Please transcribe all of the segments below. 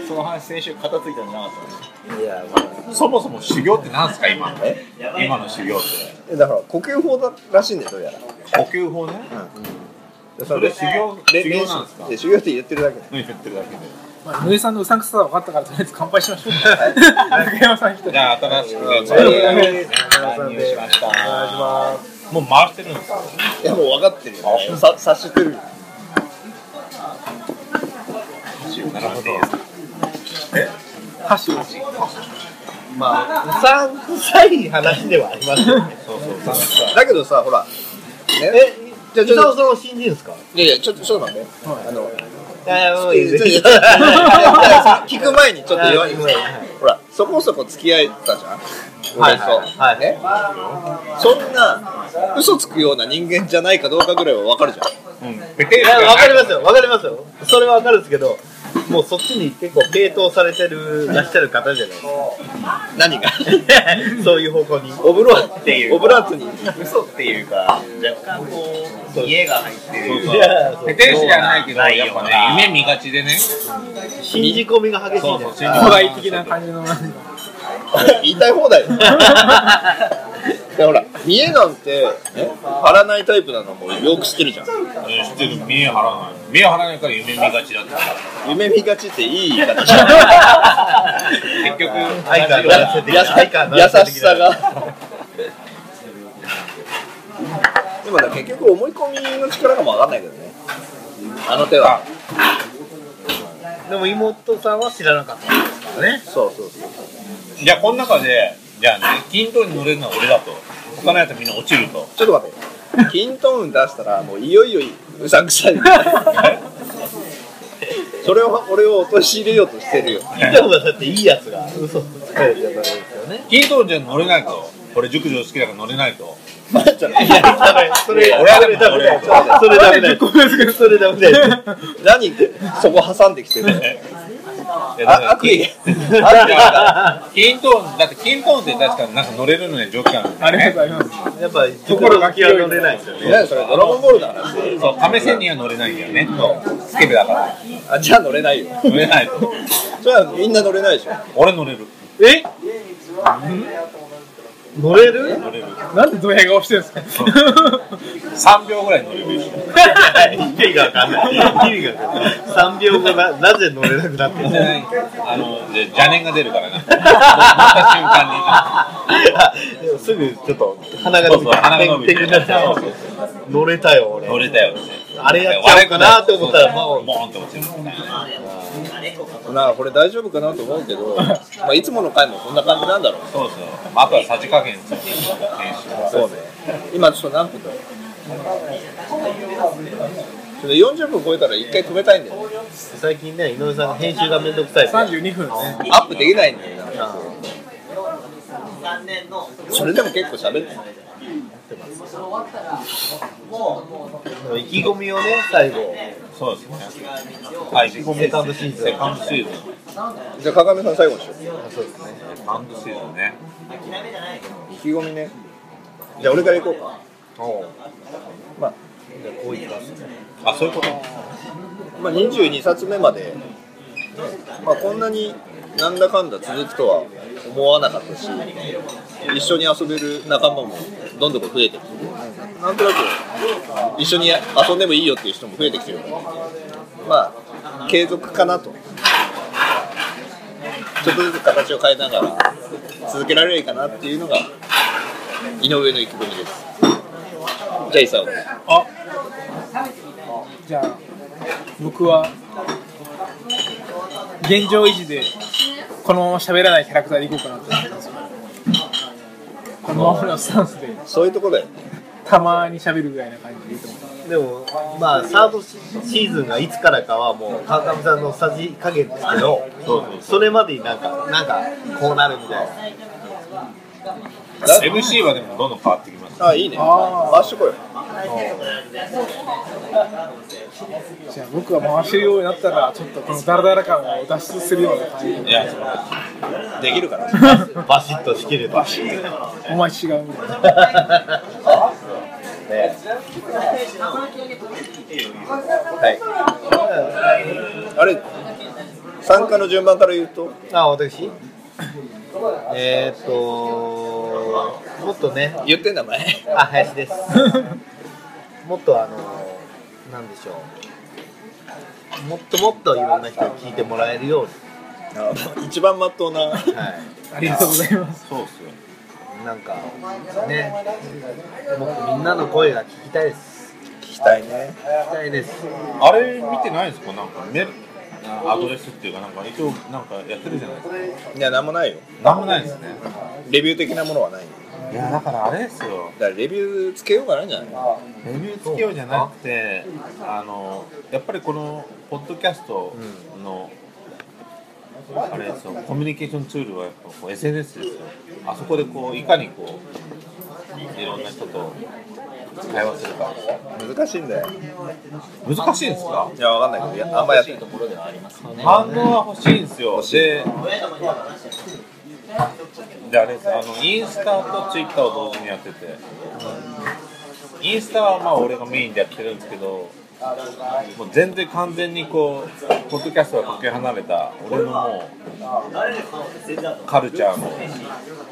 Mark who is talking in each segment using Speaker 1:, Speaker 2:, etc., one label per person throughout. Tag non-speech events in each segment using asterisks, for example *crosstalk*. Speaker 1: その話先週片付いたんじゃなかった
Speaker 2: いやま
Speaker 3: そもそも修行ってなんですか今の
Speaker 4: え
Speaker 3: 今の修行って
Speaker 4: だから呼吸法だらしいんだよ、どうやら。
Speaker 3: 呼吸法ねそれ修行
Speaker 4: れ
Speaker 3: 修行なんですか
Speaker 4: 練習いや修行って言ってるだけだよ
Speaker 3: 言ってるだけで
Speaker 1: まあ、井上さんのうさんくささ分かったからとりあえず乾杯しましょう
Speaker 4: い
Speaker 1: 中山さん来た
Speaker 3: *laughs* じゃあ新しく
Speaker 1: *laughs*
Speaker 3: ね
Speaker 2: あ
Speaker 4: えー
Speaker 2: お願いしますお願いします
Speaker 3: もう回してるんですよ
Speaker 4: いや、もう分かってるよ、さ察してるよ。
Speaker 3: なるほど
Speaker 1: 箸を箸
Speaker 2: まあうさんくさい話ではありますよね
Speaker 3: そうそうそう
Speaker 4: *laughs* だけどさ、ほら、ね、
Speaker 2: えじゃあ伊沢さんを信じるんですか
Speaker 4: いやいや、ちょっとちょっと待って、あの、
Speaker 2: いやいやもう
Speaker 4: い
Speaker 2: いい
Speaker 4: やちょっと *laughs*
Speaker 2: で
Speaker 4: いや
Speaker 2: す
Speaker 4: ちょっといや聞く前にちょっと言わ
Speaker 2: はいはい
Speaker 4: ほら、そこそこ付き合えたじゃん。
Speaker 2: は
Speaker 4: 俺
Speaker 2: いはい
Speaker 4: とね、そんな嘘つくような人間じゃないかどうかぐらいは分かるじゃん。
Speaker 3: うんベテ
Speaker 2: い
Speaker 3: ラ
Speaker 2: や
Speaker 3: ン
Speaker 2: わかりますよ、わかりますよ。それはわかるんですけど、もうそっちに結構系統されてる、らっしゃる方じゃない
Speaker 4: 何
Speaker 2: *laughs*
Speaker 4: が
Speaker 2: ですか。そういう方向に。
Speaker 4: オブローっていうオブラーツに
Speaker 1: 嘘っていうか若干こう家が入って
Speaker 3: そう
Speaker 1: る
Speaker 3: そうベテランじゃないけどやっぱね夢見がちでね
Speaker 2: 信じ込みが激しいじゃないですか。
Speaker 1: ホライ的な感じの
Speaker 4: 言いたい放題だよ
Speaker 2: *laughs*
Speaker 4: でほら見えなんて、ね、張らないタイプなのもよく知ってるじゃん
Speaker 3: うん知ってる見え張らない見え張らないから夢見がちだって
Speaker 4: 夢見がちっていい言い方じ
Speaker 2: *laughs*
Speaker 4: ゃん
Speaker 3: 結局
Speaker 2: 相川
Speaker 4: や
Speaker 2: 七瀬的な相川七瀬
Speaker 4: 優し
Speaker 2: 的な
Speaker 4: さがでもだ結局思い込みの力かも分かんないけどねあの手は
Speaker 2: でも妹さんは知らなかったですからね。
Speaker 4: そうそうそう
Speaker 3: じゃあこの中でじゃあね均等に乗れるのは俺だと他のやつはみんな落ちると
Speaker 4: ちょっと待ってキントーン出したらもういよいようさんくさいそれを俺を陥れようとしてるよ
Speaker 2: でもだっていいやつが嘘つかれるじゃないですよね。
Speaker 3: 金藤じゃ乗れないと俺熟女好きだから乗れないと
Speaker 2: いや、ダメ。それ、
Speaker 3: 俺は
Speaker 2: それダメだよ。それダメだよ。それダメだよ。
Speaker 4: 何そこ挟んできてるの
Speaker 3: いやだから
Speaker 4: あ悪意悪意が
Speaker 2: や
Speaker 3: 金藤だって金藤って確かなんか乗れるのに条件あるんだよね
Speaker 2: っぱ、心が気は乗れないですよね。
Speaker 4: 何それドラゴンボールだな
Speaker 3: そう亀仙人は乗れないんだよねスケベだから
Speaker 4: あじゃあ乗れないよ
Speaker 3: 乗れないと
Speaker 4: じゃあみんな乗れないでしょ
Speaker 3: 俺乗れる
Speaker 5: え
Speaker 2: 乗れる
Speaker 3: 乗れる
Speaker 5: なんでドヤ顔してるんですか
Speaker 3: 3秒ぐらい乗れるよ
Speaker 2: 意味がわかんない。意味がわかんない。3秒後な、なぜ乗れなく *laughs* なってるんだよ
Speaker 3: あのじゃ邪念が出るからな乗った瞬間
Speaker 2: でもすぐちょっと鼻が
Speaker 3: そう
Speaker 2: 伸び
Speaker 3: そう
Speaker 2: て、
Speaker 3: 鼻が伸びて
Speaker 2: 点々になっちゃう乗れたよ、
Speaker 3: に乗
Speaker 2: 俺。
Speaker 3: れたよね
Speaker 2: あれやっちゃおうかなって思ったら、
Speaker 3: ボ
Speaker 2: もう、
Speaker 3: ーンって落ちるみたいな
Speaker 4: なあこれ大丈夫かなと思うけど、まあ、いつもの回もこんな感じなんだろう
Speaker 3: そうそうあとはさじ加減ついてる編集
Speaker 4: そうね今ちょっと何分だろうちょっと40分超えたら一回止めたいんだよね
Speaker 2: 最近ね、井上さんが編集がめんどくさいから。
Speaker 5: 32分ね
Speaker 4: アップできないんだよな
Speaker 1: 3年の
Speaker 4: それでも結構喋って
Speaker 2: 意気込みをね、最後。
Speaker 3: そうですねはいセ
Speaker 2: セカンドシーズン
Speaker 3: カンドシーズン
Speaker 4: じゃあ鏡さん最後にしよう
Speaker 3: セカンドシーズンね
Speaker 4: 意気込みねじゃあ俺から行こうかまあ
Speaker 3: あそういうこと
Speaker 4: まあ、22冊目まで、まあ、こんなになんだかんだ続くとは思わなかったし一緒に遊べる仲間もどんどん増えてきてなんとなく一緒に遊んでもいいよっていう人も増えてきてるからまあ継続かなとちょっとずつ形を変えながら続けられるかなっていうのが井上の意気込みですじゃあ伊沢
Speaker 5: じゃあ僕は現状維持でこのまま喋らないキャラクターでいこうかなと思ってますこのままのスタンスで
Speaker 4: そういうとこだよ
Speaker 5: たまに喋るぐらいな感じでいいと思う
Speaker 2: でも、まあ、サードシーズンがいつからかは、もう、川上さんのさじ加減ですけど、それまでになんか、なんか、こうなるみたいな。
Speaker 4: だ
Speaker 3: MC はでもどんどん変わってきます
Speaker 4: あいいね
Speaker 5: あー
Speaker 4: 回してこいよ
Speaker 5: じゃあ僕が回してるようになったらちょっとこのダラダラ感を脱出するような感じ
Speaker 3: いやそうだ
Speaker 4: できるから
Speaker 2: バシッと仕切れた。
Speaker 5: *laughs* お前違うみたいな
Speaker 4: はい。あれ、参加の順番から言うと、
Speaker 2: *laughs*
Speaker 4: *laughs*
Speaker 2: あ、私えーっと、もっとね、
Speaker 4: 言ってんだ前。
Speaker 2: あ、林
Speaker 5: *laughs*
Speaker 2: です。もっとあの、なんでしょう。もっともっといろんな人に聞いてもらえるように。
Speaker 4: 一番まっとうな。
Speaker 2: はい。
Speaker 5: ありがとうございます
Speaker 3: そうっすよ
Speaker 2: なんか、ね、もっとみんなの声が聞きたいです。
Speaker 4: 聞きたいね。
Speaker 2: 聞きたいです。
Speaker 3: あれ見てないんですかなんかメアドレスっていうかなんか一応なんかやってるじゃないですか
Speaker 4: いや、なんもないよ。
Speaker 3: なんもないですね
Speaker 4: レビュー的なものはない。
Speaker 3: いやだからあれですよ
Speaker 4: だからレビューつけようがないんじゃない
Speaker 3: レビューつけようじゃなくてあのやっぱりこのポッドキャストの、あれですよコミュニケーションツールはやっぱこう SNS ですよあそこでこういかにこういろんな人と会話するか
Speaker 4: 難しいんだよ。
Speaker 3: 難しいんですか
Speaker 4: いや、わかんないけど、いやあんまやってない。
Speaker 3: 反応は欲しいんですよでであれですあのインスタとツイッターを同時にやっててインスタはまあ俺がメインでやってるんですけどもう全然完全にこうポッドキャストがかけ離れた俺のもうカルチャーの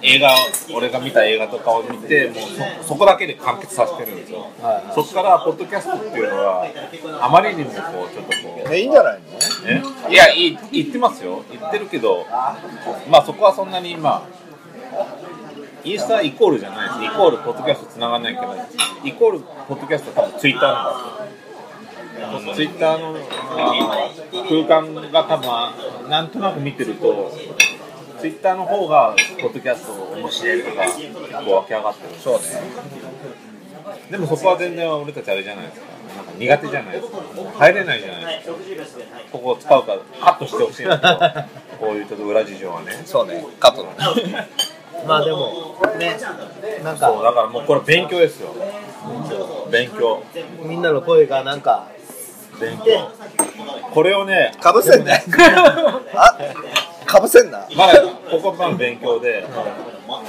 Speaker 3: 映画俺が見た映画とかを見てもうそそこだけで完結させてるんですよ、そこからポッドキャストっていうのはあまりにもこうちょっとこう
Speaker 4: えいいんじゃないの
Speaker 3: ねいや、い言ってますよ、言ってるけど、まあそこはそんなに、まあ、インスタイコールじゃないです、イコールポッドキャストつながらないけど、イコールポッドキャストは多分ツイッターなんですよ、ツイッターのあの空間が多分なんとなく見てると、ツイッターの方がポッドキャスト面白いとか、結構湧き上がってるんですよ
Speaker 4: そうね。
Speaker 3: でもそこは全然俺たちあれじゃないですか。なんか苦手じゃないですか。入れないじゃないですか。ここを使うからカットしてほしいんだけど、こういうちょっと裏事情はね。
Speaker 4: そうねカットのね
Speaker 2: まあでもねなん
Speaker 3: そう
Speaker 2: か
Speaker 3: だからもうこれ勉強ですよ。勉強。
Speaker 2: みんなの声がなんか
Speaker 3: 勉強。これをね、
Speaker 4: かぶせんねあかぶ *laughs* せんな
Speaker 3: まだここからの勉強で、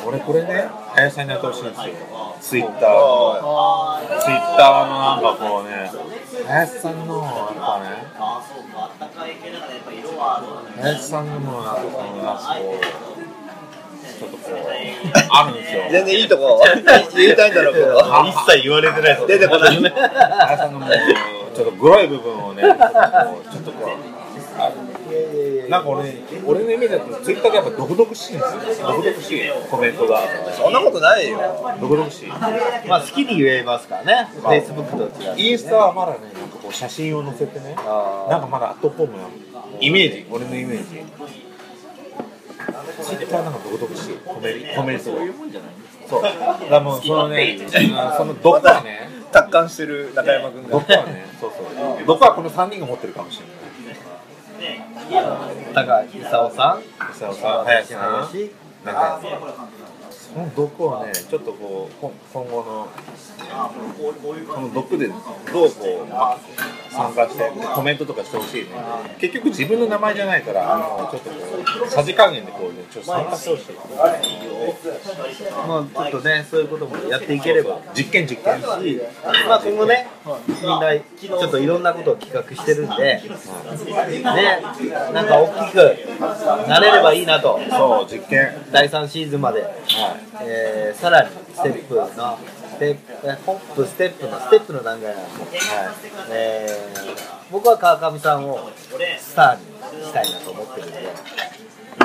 Speaker 3: 俺これね、林さんにやってほしいんですよ。ツイッターの。
Speaker 4: お
Speaker 3: ツイッターのなんかこうね、林さんのやっぱね、林さんのもなんかこのなんかこう、ちょっとこう、あるんですよ
Speaker 4: い。全然いいと *laughs* こ言いたいんだろうけど
Speaker 2: 一切言われてない
Speaker 4: 出てこない
Speaker 3: 林さんのもう、ちょっとグロい部分をね、ちょっとこう、あるなんか俺、俺のイメージだと、ツイッターがやっぱ独々しいんですよ。独々しいコメントが。
Speaker 4: そんなことないよ
Speaker 3: 独々しい。
Speaker 2: まあ好きに言えますからね Facebook と違って
Speaker 3: インスタはまだね、なんかこう写真を載せてね、なんかまだアットホームなイメージ、俺のイメージ。ツイッターなんか独特しい、コメコメント。そういうもんじゃないそう。だからもうそのね、うんその毒はね、
Speaker 4: 達観してる中山君が
Speaker 3: 毒はね、そうそう。毒はこの3人が持ってるかもしれな
Speaker 2: だから功さん
Speaker 3: い。久尾さん、林さん、なん
Speaker 2: 林
Speaker 3: か、その毒をね、ちょっとこう、こ今後の、その毒でどうこう、まあ参加して、コメントとかしてほしいね。結局自分の名前じゃないから、あのちょっとこう、さじ加減でこうね、ちょっと参加してほしい。
Speaker 2: まあちょっとねそういうこともやっていければ
Speaker 3: 実験実験。
Speaker 2: しまあ今後ねみんなちょっといろんなことを企画してるんでねなんか大きくなれればいいなと
Speaker 3: そう、実験。
Speaker 2: 第3シーズンまで、えーさらにステップのステップえホップステップのステップの段階なんで、えー僕は川上さんをスターにしたいなと思ってるんで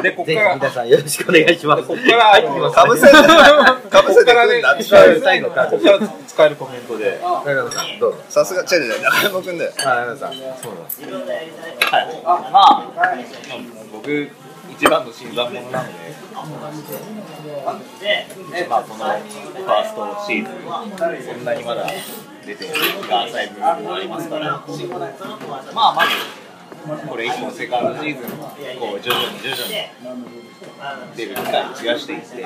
Speaker 3: で、こっか
Speaker 2: ぜひ皆
Speaker 3: ら、
Speaker 2: さんよろしくお願いします
Speaker 3: こっから入ってきます
Speaker 4: かぶせんなかぶせ
Speaker 3: こっか
Speaker 4: てく
Speaker 3: ら
Speaker 4: ん
Speaker 3: ね
Speaker 4: だっ、て
Speaker 3: 使える最後から、こっから使えるコメントで。
Speaker 2: 中山さんどうぞ
Speaker 4: さすが違う違う違う中山君だよ
Speaker 2: あ中山さん
Speaker 1: 僕一番の新参者なんで、まあこのファーストシーズンそんなにまだ出てが浅い部分もありますから、まあまずこれ以降セカンドシーズンはこう徐々に徐々に出る機会を増やしていって、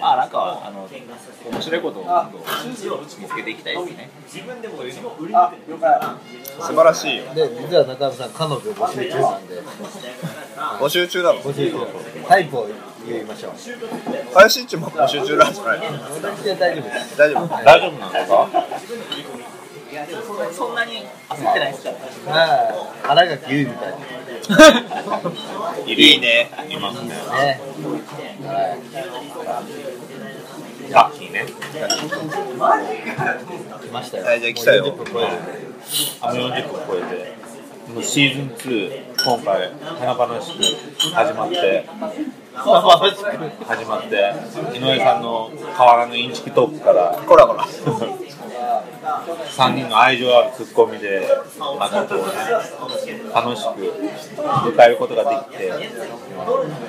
Speaker 1: まあなんかあの面白いことをどんどん見つけていきたいですね。
Speaker 4: 素晴らしいよ
Speaker 2: で実は中山さん彼女募集中なんで
Speaker 4: 募集中なの
Speaker 2: 募集中タイプを言いましょう
Speaker 4: 林一も募集中なんじゃないの
Speaker 2: 私は大丈夫です
Speaker 4: 大丈夫
Speaker 3: *laughs* 大丈夫なんですか
Speaker 1: そんなに焦ってないですから。
Speaker 2: はい新垣結衣みたいな
Speaker 3: いいね。いますね。
Speaker 2: ね
Speaker 3: ラッキーね。
Speaker 2: 来ましたよ
Speaker 4: はいじゃあ来たよ
Speaker 2: もう40分超
Speaker 3: あ
Speaker 2: えるんで
Speaker 3: の40分超えて、もうシーズン2、今回、華々しく始まって、始まって、井上さんの変わらぬインチキトークから、
Speaker 4: こらこら
Speaker 3: 3人の愛情あるツッコミで、またこうね、楽しく迎えることができて、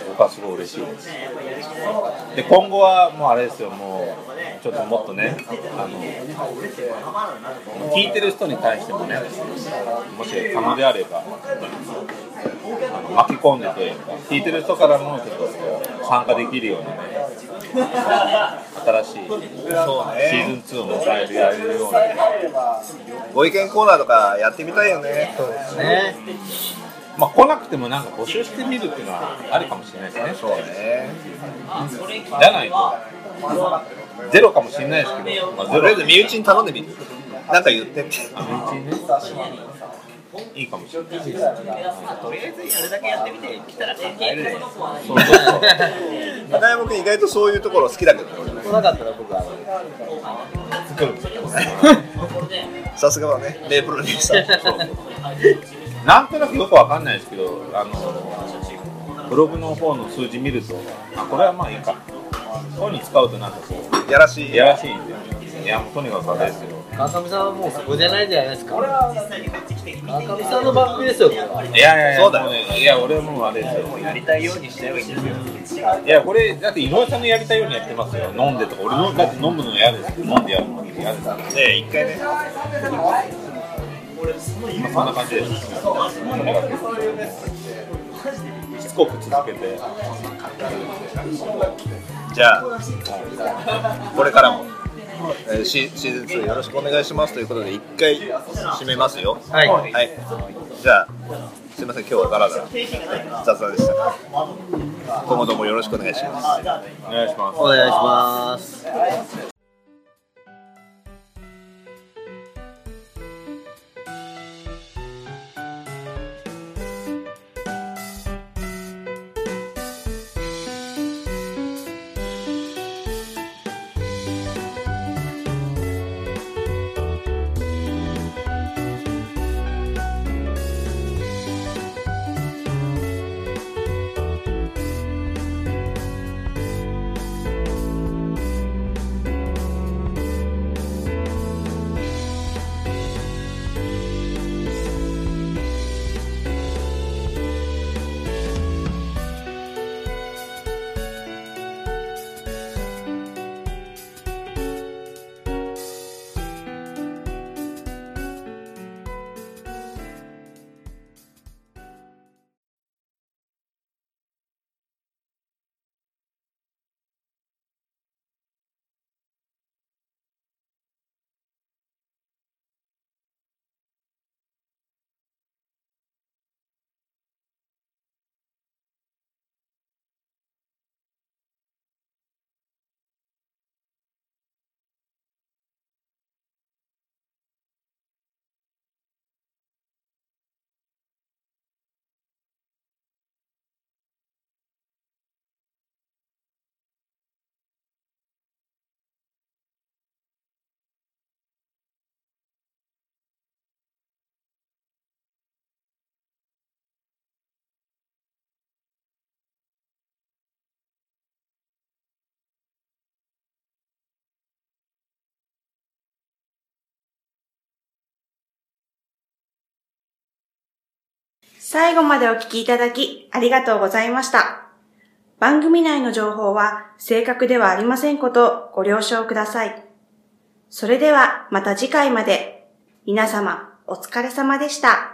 Speaker 3: 僕はすごい嬉しいです。で、今後はもうあれですよ、もう、ちょっともっとね、あの、聞いてる人に対してもね、もし可能であれば、あの巻き込んでというか、聞いてる人からもちょっとこう参加できるようなね、新しいシーズン2を迎えるやれるような。
Speaker 4: ご意見コーナーとかやってみたいよね
Speaker 2: そうですね
Speaker 3: まあ、来なくてもなんか募集してみるっていうのはあるかもしれないですね。そうね。
Speaker 4: ね
Speaker 3: じゃないと。ゼロかもしれないですけど、まあ、
Speaker 4: と
Speaker 3: ゼ
Speaker 4: りあえ
Speaker 3: ロ
Speaker 4: ず身内に頼んでみるなんか言ってって
Speaker 3: あのうちにね。いいかもしれない。
Speaker 1: とりあえずやるだけやってみて来たら考えるで
Speaker 3: そうそうそう。
Speaker 4: 中山君意外とそういうところ好きだけどね俺ね
Speaker 2: 来なかったら僕は
Speaker 4: さすがはね名プロデューサー
Speaker 3: なんとなくよくわかんないですけど、あのブログの方の数字見ると、あこれはまあいいか。こういうのに使うとなんかこう
Speaker 4: やらしい
Speaker 3: いやらしいんで、いやもうとにかくあれですよ。
Speaker 2: 川上さんはもうそこじゃないじゃないですか川上さんの番組ですよこれはい
Speaker 3: やいやいや、
Speaker 4: そうだよ
Speaker 3: もねいや、俺はもうあれですよ。
Speaker 1: やりたいようにしたいわけですよ
Speaker 3: いや、これ、だって井上さんのやりたいようにやってますよ。飲んでとか、俺の、だって飲むの嫌ですけど、飲んでやるの嫌ですから。
Speaker 1: で一回ね
Speaker 3: まあ、そんな感じです。しつこく続けて。
Speaker 4: じゃあ、これからも、えーシシーズン2よろしくお願いしますということで、一回締めますよ。
Speaker 2: はい
Speaker 4: はい、じゃあ、すみません、今日はガラガラ雑談でした。今後ともよろしくお願いします。
Speaker 3: お願いします。
Speaker 2: お願いします
Speaker 6: 最後までお聞きいただきありがとうございました。番組内の情報は正確ではありませんことをご了承ください。それではまた次回まで。皆様お疲れ様でした。